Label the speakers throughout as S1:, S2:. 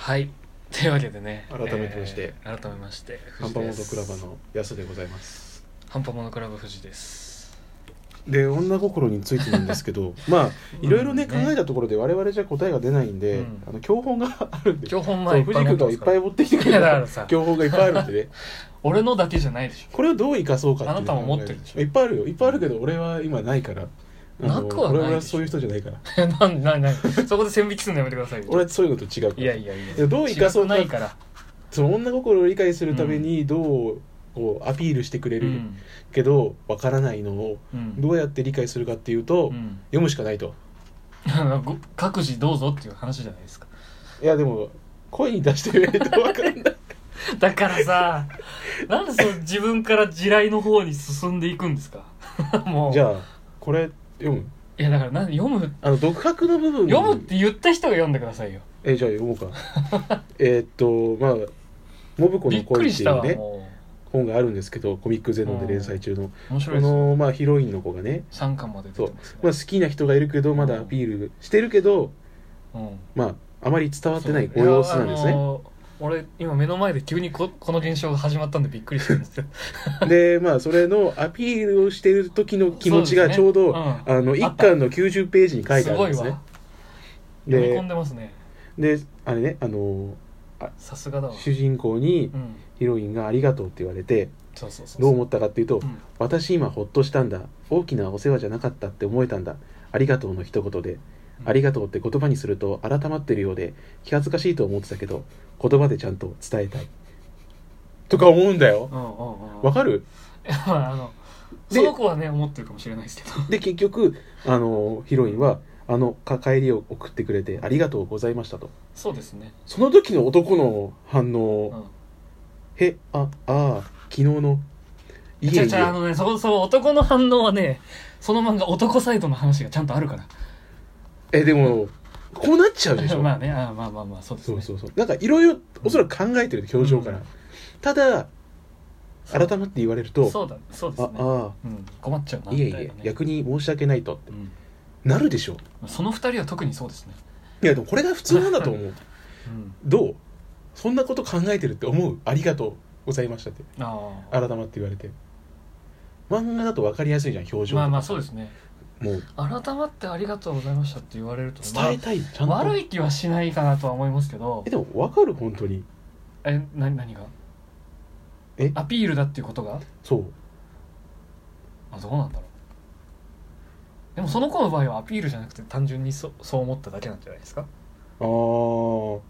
S1: はいというわけでね
S2: 改めまして
S1: えー改めまして
S2: ハンパモードクラブ
S1: 藤です
S2: の安でございます
S1: ハンパモードクラブ富士です
S2: で女心についてなんですけど まあいろいろね
S1: うん
S2: 考
S1: ね
S2: えたところで我々じゃ答えが出ないんで、
S1: うん
S2: あの教本があるんで
S1: 教本
S2: そ
S1: 前
S2: う藤井君がいっぱい
S1: 持って
S2: 持ってきてくれ
S1: いやだから
S2: た
S1: さ
S2: 教本がいっぱいあるん でね
S1: ますから俺のだけじゃないでしょ
S2: これをどう生かそうかっていう
S1: あなたも持ってるでしょ
S2: いっぱいあるよいっぱいあるけど俺は今ないからあ
S1: な
S2: の
S1: くはないでしょ
S2: 俺はそういう人じゃないから
S1: なんなんなんそこで線引きするのやめてくださいよ
S2: 俺はそういうのと違うから
S1: いやいやいや
S2: いやどう生かそうか
S1: 違くないから
S2: その女心を理解するためにどうこうアピールしてくれ
S1: う
S2: る
S1: ん
S2: けどわからないのを
S1: うん
S2: どうやって理解するかっていうと、
S1: うん
S2: 読むしかないと
S1: ご各自どうぞっていう話じゃないですか
S2: いやでも声に出してみないとわかんない
S1: だからさなんでそう自分から地雷の方に進んでいくんですか もう
S2: じゃあこれ読む
S1: いやだからなん読む
S2: あの独白の部分
S1: 読むって言った人が読んでくださいよ
S2: えじゃあ読もうか えーっとまあ「信子
S1: び
S2: の
S1: っく
S2: 恋」
S1: り
S2: って
S1: し
S2: い
S1: た
S2: う
S1: わ
S2: ね
S1: も
S2: 本があるんですけどコミックゼノンで連載中の
S1: う面
S2: こ
S1: 白いです
S2: の、まあ、ヒロインの子がね、
S1: 3巻まで出てますね
S2: まあ、好きな人がいるけどまだアピールしてるけど、
S1: うん
S2: まああまり伝わってないご様子なんです
S1: いやあ
S2: ね
S1: のー俺今目の前で急にここの現象が始まったんでびっくりしてるんですよ
S2: でまあそれのアピールをしてる時の 気持ちがちょうど
S1: そうですね
S2: あの
S1: あ
S2: 1
S1: った
S2: 巻の90ページに書いて
S1: す
S2: あるん
S1: ご
S2: で
S1: い
S2: すね
S1: わ読み込
S2: で
S1: んでますね
S2: であれねあの
S1: さすがだわ
S2: 主人公に
S1: うん
S2: ヒロインが「ありがとう」って言われて
S1: そうそうそう
S2: どう思ったかっていうと
S1: うん
S2: 「私今ほっとしたんだ大きなお世話じゃなかったって思えたんだありがとう」の一言で「ありがとう」って言葉にすると改まってるようで気恥ずかしいと思ってたけど言葉でちゃんと伝えたいとか思うんだよ
S1: うんうんうん
S2: わかる
S1: まああの
S2: で
S1: その子はね思ってるかもしれないですけど
S2: で結局あのヒロインは「あのか帰りを送ってくれてありがとうございました」と
S1: そうですね、
S2: その時の男の反応
S1: うん、
S2: 「へあああ昨日のいえい
S1: 違う
S2: え
S1: 違うあのねそこそこ男の反応はねその漫画男サイドの話がちゃんとあるから
S2: えでもこうなっちゃうでし ょ
S1: まあねあまあまあまあそうです
S2: そ
S1: ね
S2: うそうそうなんかいろいろおそらく考えてる表情から、
S1: うん
S2: ただ
S1: そう
S2: 改まって言われると「
S1: そうだそうです
S2: あ
S1: ね
S2: あ
S1: うん、困っちゃうなみ
S2: い
S1: た
S2: え
S1: い
S2: い
S1: な、ね
S2: え、逆に申し訳ないと」って
S1: うん
S2: なるでしょ
S1: その二人は特にそうですね、
S2: いやでもこれが普通なんだと思う
S1: うん、
S2: どうそんなこと考えてるって思う「ありがとうございました」って
S1: ああ
S2: 改まって言われて漫画だと分かりやすいじゃん表情
S1: まあまあそうですね
S2: もう
S1: 改まってありがとうございましたって言われると、
S2: 伝えたい、ちゃんと
S1: まあ悪い気はしないかなとは思いますけど
S2: えでも分かる本当に
S1: えな何が
S2: え
S1: アピールだっていうことが
S2: そう
S1: あどうなんだろうでもその子の場合はアピールじゃなくて単純にそそう思っただけなんじゃないですか
S2: あー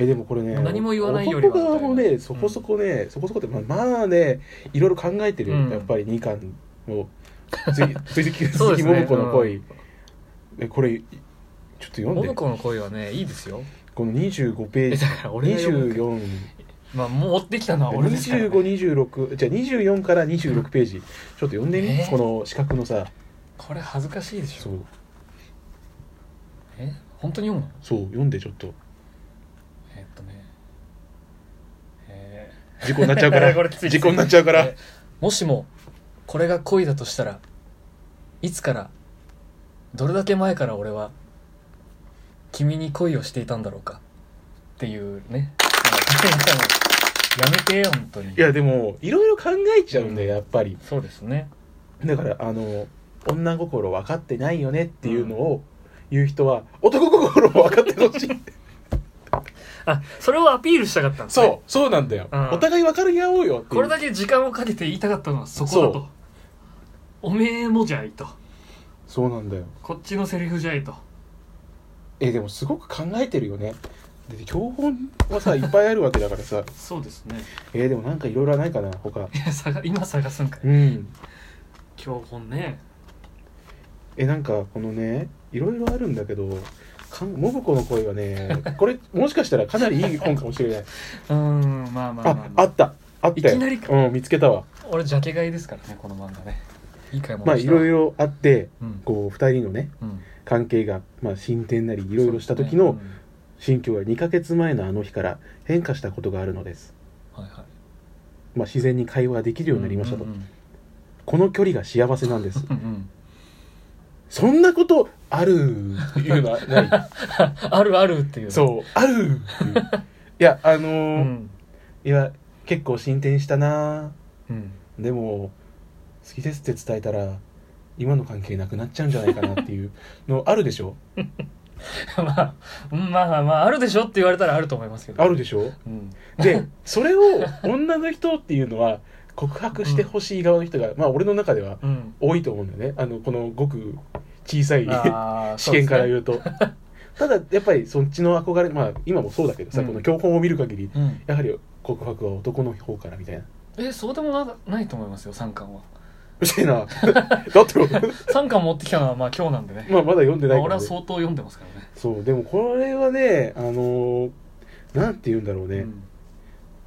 S2: えでもこれね
S1: 何も言わないよりは
S2: 男側も
S1: みたい
S2: ね
S1: な
S2: そこそこね、そこそこってまあまあねいろいろ考えてるよ、
S1: うん
S2: やっぱり2巻の 次次次
S1: そうですね
S2: 桃子の恋、えこれちょっと読ん
S1: 桃
S2: で
S1: 子の恋はねいいですよ
S2: この25ペー
S1: え
S2: ジ
S1: だから俺が読むか
S2: 24
S1: まあもう追ってきたのは俺ですから、ね、
S2: 2526じゃあ24から26ページちょっと読んでみ、
S1: えー
S2: この四角のさ
S1: これ恥ずかしいでし
S2: そ
S1: ょ
S2: う
S1: え本当に読むの
S2: そう読んでちょっと
S1: えーっとねえー
S2: 事故になっちゃうから
S1: これついつい
S2: 事故になっちゃうから
S1: えもしもこれが恋だとしたらいつからどれだけ前から俺は君に恋をしていたんだろうかっていうね やめてよ本当に
S2: いやでもいろいろ考えちゃうんだよやっぱり
S1: そうですね
S2: だからあの女心分かってないよねっていうのを言う人は男心を分かってほしい
S1: あそれをアピールしたかったんです、ね、
S2: そうそうなんだよ、
S1: うん
S2: お互い分かり合おうよっていう
S1: これだけ時間をかけて言いたかったのはそこだ
S2: そ
S1: と
S2: う
S1: おめえもじゃいと
S2: そうなんだよ
S1: こっちのセリフじゃいと
S2: えでもすごく考えてるよねで教本はさいっぱいあるわけだからさ
S1: そうですね
S2: えでもなんかいろいろないかな他
S1: いや探今探すんかい
S2: うん
S1: 教本ね
S2: えなんかこのねいろいろあるんだけどかん信子の恋はねこれ もしかしたらかなりいい本かもしれ ないう
S1: ーんまあまあまあ、ま
S2: ああったあったよ
S1: いきなりか
S2: うん見つけたわ
S1: 俺ジャケ買いですからねこの漫画ねいい買い物
S2: まあいろい
S1: ろ
S2: ろあって
S1: うん
S2: こう二人のね
S1: うん
S2: 関係が、まあ、進展なりい
S1: い
S2: ろいろした時の心境が2ヶ月前のあの日から変化したことがあるのです、
S1: はいはい
S2: まあ、自然に会話ができるようになりましたと、
S1: うんうん
S2: この距離が幸せなんです
S1: うんうん
S2: そんなこと あるっていうのはない
S1: あるあるっていう
S2: そうあるっていういやあの
S1: う
S2: ー
S1: ん
S2: いや結構進展したな
S1: うん
S2: でも好きですって伝えたら今の関係なくなっちゃうんじゃないかなっていうのあるでしょ
S1: まあうんまあまあまああるでしょって言われたらあると思いますけど
S2: あるでしょ
S1: うん
S2: でそれを女の人っていうのは告白してほしい側の人が、まあ俺の中では
S1: うん
S2: 多いと思うんだよねあのこのごく小さい
S1: あー
S2: 試験から
S1: そう
S2: 言うとただやっぱりそっちの憧れまあ今もそうだけどさ、
S1: うん
S2: この教本を見る限り
S1: ですね
S2: やはり告白は男の方からみたいな
S1: うんえそうでもなないと思いますよ三巻は
S2: うしいな だって
S1: 三巻持ってきたのはまあ今日なんでね
S2: まあまだ読んで
S1: ま
S2: な
S1: あ
S2: いか
S1: 俺
S2: ら、
S1: は
S2: ね、
S1: 相当読んでますからね
S2: そうでもこれはねあのーなんて言うんだろうね、
S1: うん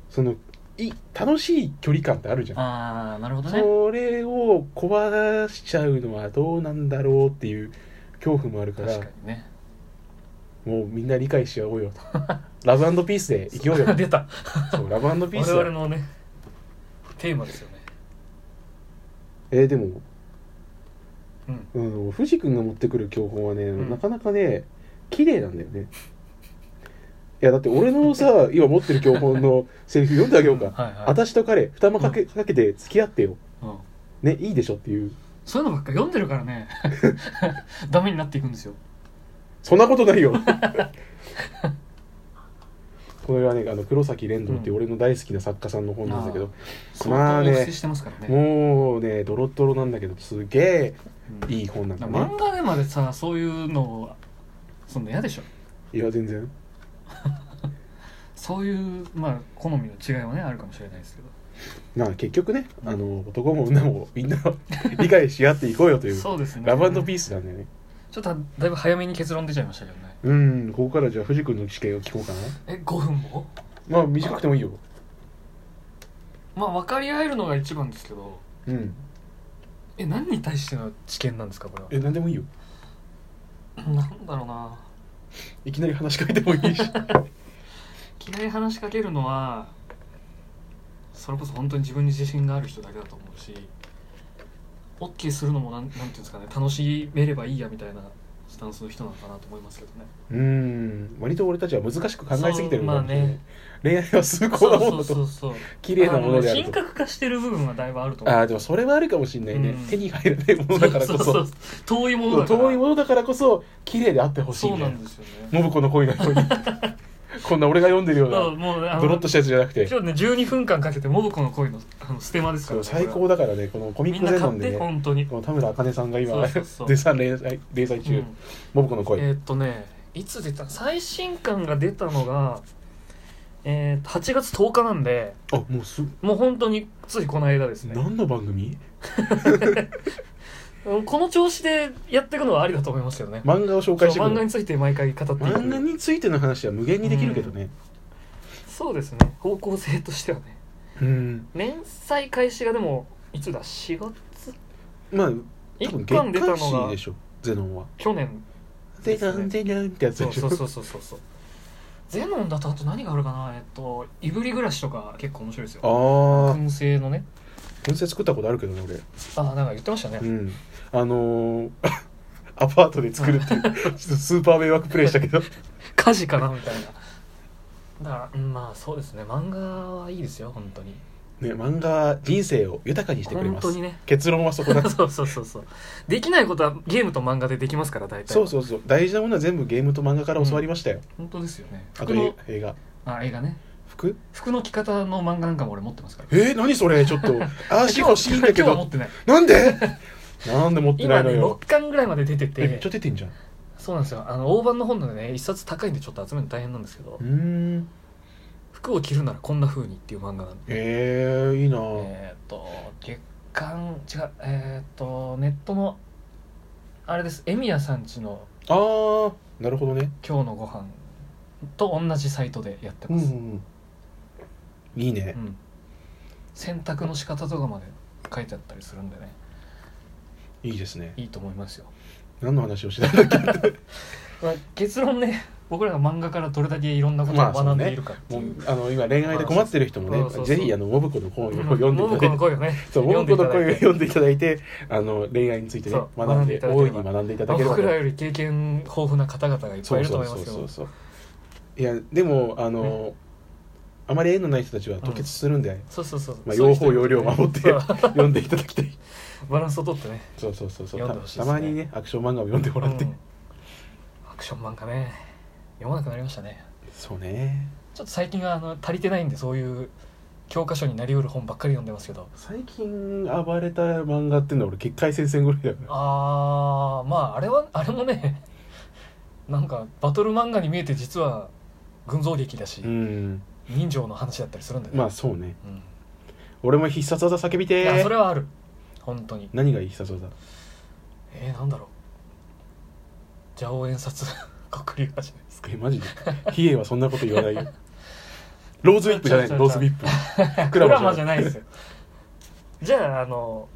S2: そのい楽しい距離感ってあるじゃん
S1: ああなるほどね
S2: それを壊しちゃうのはどうなんだろうっていう恐怖もあるから
S1: 確かにね
S2: もうみんな理解し合おうよと ラブピースで生きよう よと
S1: 出た
S2: そうラブピー
S1: 我
S2: ス
S1: 々
S2: は
S1: のねテーマですよね
S2: えーでも、
S1: うん
S2: うん、藤君が持ってくる教本はね、
S1: ん
S2: なかなかね綺麗なんだよねいやだって俺の さ今持ってる教本のセリフ読んであげようか、
S1: はいはい
S2: 私と彼二間かけかけて付き合ってよ
S1: うん
S2: ねいいでしょっていう
S1: そういうのばっか読んでるから ねダメになっていくんですよ
S2: そんなことないよ これはねあの黒崎連動っていう俺の大好きな作家さんの本なんだけど、
S1: 相
S2: まあ
S1: 当
S2: ね
S1: お布施してますからね
S2: もうねドロッドロなんだけどすげ
S1: うん
S2: えいい本なんだね
S1: 漫画でまでさそういうのをそんな嫌でしょ
S2: いや全然
S1: そういうまあ好みの違いはねあるかもしれないですけど
S2: まあ結局ねあの男も女もみんな 理解し合っていこうよという
S1: そうですね
S2: ラブピースなんだよね
S1: ちょっとだいぶ早めに結論出ちゃいましたけどね
S2: うんここからじゃあ藤君の試験を聞こうかな
S1: え5分も
S2: まあ短くてもいいよ
S1: まあ分かり合えるのが一番ですけど
S2: うん
S1: え何に対しての知見なんですかこれは
S2: え何でもいいよ
S1: なんだろうない
S2: きなり話しかけてもい いし
S1: いきなり話しかけるのはそれこそ本当に自分に自信がある人だけだと思うし OK するのもなんなんていうんですかね楽しめればいいやみたいなスタンスの人なのかなと思いますけどね
S2: うん割と俺たちは難しく考えすぎてるのかもしれない
S1: そうまあね
S2: 恋愛は崇
S1: そ
S2: 高な
S1: う
S2: も
S1: そう
S2: のと
S1: そうそう
S2: 綺麗なものである
S1: あのね神
S2: と
S1: 格化してる部分はだいぶあると思う
S2: ああでもそれはあるかもしれないね、
S1: うん
S2: 手に入らないものだからこそ
S1: ううう遠いものだから
S2: 遠いものだからこそ綺麗であってほしい
S1: そうなん
S2: ね
S1: ですよね
S2: 信子の恋の ようにこんな俺が読んでるよう
S1: そ
S2: な
S1: うもうねあの
S2: ドロッとしたやつじゃなくて
S1: 今日ね12分間かけてモブコの恋のあのステマですか
S2: そ
S1: ら、
S2: う
S1: ね、
S2: 最高だからねこのコミ
S1: み
S2: ッ
S1: ん
S2: ク
S1: な
S2: ゼノ
S1: 買っ
S2: ン
S1: て、
S2: でね
S1: 本当に、
S2: この田村茜さんが今
S1: そうそうそう
S2: 絶賛 連載連載
S1: う
S2: 中
S1: ん
S2: 「モブコの
S1: え
S2: 恋
S1: ーっとねいつ出た最新刊が出たのが、えーっと8月10日なんで」
S2: あもうす
S1: もう本当についこの間ですね
S2: 何の番組
S1: うんこの調子でやっていくのはありだと思いますけどね
S2: 漫画を紹介して
S1: そ
S2: く
S1: う
S2: る
S1: 漫画
S2: の
S1: について毎回語っていく
S2: 漫画についての話は無限にできるけどね
S1: そうですね方向性としてはね
S2: うん
S1: 連載開始がでもいつだ4月
S2: まあ多分
S1: 1巻
S2: 月刊
S1: 出たの
S2: 誌
S1: が
S2: でしょゼノンは
S1: 去年
S2: 「ゼノンゼノン」ってやつ
S1: そう
S2: でし
S1: そ
S2: ょ
S1: うそうそうそうそうゼノンだとあと何があるかなえっといぶり暮らしとか結構面白いですよ
S2: ああ
S1: 燻製のね
S2: 燻製作ったことあるけどね俺
S1: あなんか言ってましたね、
S2: うん、あのー アパートで作るって いうちょっとスーパー迷惑プレイしたけど
S1: 火事かなみたいなだからうんまあそうですね漫画はいいですよ本当に
S2: ね漫画は人生を豊かにしてくれま
S1: 本
S2: す
S1: 当にね
S2: 結論はそこ だ
S1: そうそうそうそうできないことはゲームと漫画でできますから大体
S2: そう
S1: う
S2: そうそう大事なものは全部ゲームと漫画から教わりましたよ、
S1: 本当ですよね
S2: あ
S1: 服
S2: と
S1: の
S2: え映画
S1: あ映画ね
S2: 服
S1: 服の着方の漫画なんかも俺持ってますから
S2: えー、何それちょっ とああし欲しいんだけ
S1: 今日は持
S2: ど
S1: ってない
S2: なんでなんで持ってな
S1: 今
S2: いの
S1: ね
S2: よ
S1: 6巻ぐらいまで出て
S2: えめってちゃ出てんじゃん
S1: そうなんですよあの大判の本のね一冊高いんでちょっと集めるの大変なんですけど
S2: うーん
S1: 服を着るならこんな風にっていう漫画なんで
S2: えー、いいな、
S1: えっ、と月刊違うえっ、とネットのあれですエミヤさんちの
S2: あーなるほどね
S1: 「今日のご飯と同じサイトでやって
S2: うん、
S1: ま
S2: う
S1: す、
S2: ん、いいね
S1: うん洗濯の仕方とかまで書いてあったりするんでね
S2: いいですね
S1: いいと思いますよ、
S2: 何の話をしてたんだっけ
S1: まあ、結論ね僕らが漫画からどれだけいろんなことを
S2: まあそうね
S1: 学んでいるかってい
S2: もう
S1: う,、
S2: あの今恋愛で困ってる人もね、
S1: そうそうそう
S2: ぜひあのモブコの本を
S1: うん
S2: 読んでい
S1: モブ
S2: た
S1: 子の声
S2: だいて、
S1: をね
S2: そうモ
S1: 読ん
S2: ブ
S1: でい
S2: コ
S1: た
S2: の
S1: だい
S2: 声
S1: て
S2: を読んでいただいて、あの恋愛についてね
S1: そう
S2: 学んで
S1: 学ん
S2: 大
S1: で
S2: い
S1: いただければ
S2: に学んでいただければ
S1: 僕らより経験豊富な方々がいっ
S2: そ
S1: ぱいういると
S2: そ
S1: 思
S2: う
S1: いま
S2: そう
S1: すけ
S2: そ
S1: ど
S2: うそう。いやでもあの、あまり縁のない人たちは吐血するんで、
S1: そうそうそう、
S2: まあ、
S1: そうい
S2: 用
S1: う人
S2: 法
S1: にとっ
S2: 用
S1: てね
S2: 量を守って
S1: そう
S2: 読んでいただきたい
S1: バランスをとってね
S2: そうそうそうそう
S1: 読ん
S2: た
S1: でほしいで
S2: た
S1: すね
S2: まにねアクション漫画を読んでもらって、
S1: うんアクション漫画ね読まなくなりましたね
S2: そうね
S1: ちょっと最近はあの足りてないんでそういう教科書になりうる本ばっかり読んでますけど
S2: 最近暴れた漫画っていうのは俺結界戦線ぐらいだから
S1: あーまああれはあれもね なんかバトル漫画に見えて実は群像劇だし、
S2: うん
S1: 人情の話だったりするんだよね、
S2: まあそうね
S1: うん
S2: 俺も必殺技叫び
S1: い
S2: て
S1: や
S2: ー
S1: それはある本当に
S2: 何が必殺技
S1: えー、なんだろう蛇王演殺 黒竜始めです
S2: えマジで比叡はそんなこと言わないよローズウィップじゃない
S1: ちょ
S2: ロー
S1: ち
S2: ズ
S1: ょ
S2: ウ
S1: ち
S2: ィ
S1: ょ
S2: ップ
S1: クラマじゃないです
S2: よ
S1: よじゃああの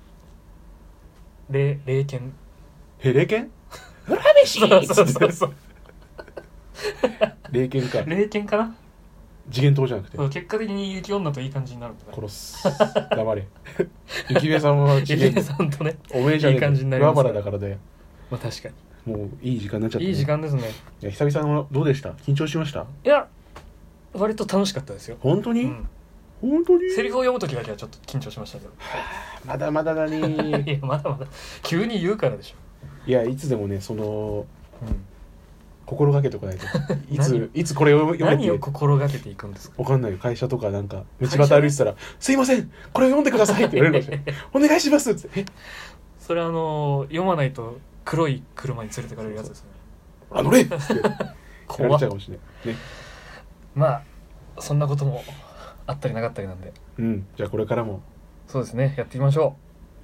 S1: 霊霊剣
S2: ヘレケン
S1: そうそうそう そう
S2: 霊剣か
S1: 霊剣かな
S2: 次元刀じゃなくて
S1: そう結果的に雪女といい感じになるんだね
S2: 殺す黙れ 雪部さんは次
S1: 雪
S2: 元
S1: 女さんとね
S2: おめえじゃねえ
S1: いい感じになり
S2: 桑
S1: ますね
S2: 原だからだよ
S1: まあ確かに
S2: もういい時間になっちゃったね、
S1: いい時間ですね
S2: いや久々はどうでした緊張しました
S1: いや割と楽しかったですよ、
S2: 本当
S1: う
S2: に、
S1: ん、
S2: 本当に
S1: セリフを読む時だけはちょっと緊張しましたけど
S2: まだま だだ
S1: い
S2: ね
S1: やまだまだ急に言うからでしょ、
S2: いやいつでもねその
S1: うん、
S2: 心がけておかないと い
S1: 何
S2: ついつこれを読めって
S1: 何を心がけていくんですか
S2: わかんないよ会社とかなんか道
S1: 会社
S2: 端歩いてたら「すいませんこれ読んでください」って言われるかもしれな いお願いします」ってえ
S1: それあの読まないと黒い車に連れてかれるやつですね
S2: 「あ乗れ!」って言わ
S1: 怖
S2: れ
S1: っ
S2: ちゃうかもしれないね
S1: まあそんなこともあったりなかったりなんで
S2: うんじゃあこれからも
S1: そうですねやっていきましょ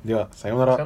S2: ではさよう
S1: う
S2: な
S1: さよな
S2: ら
S1: ら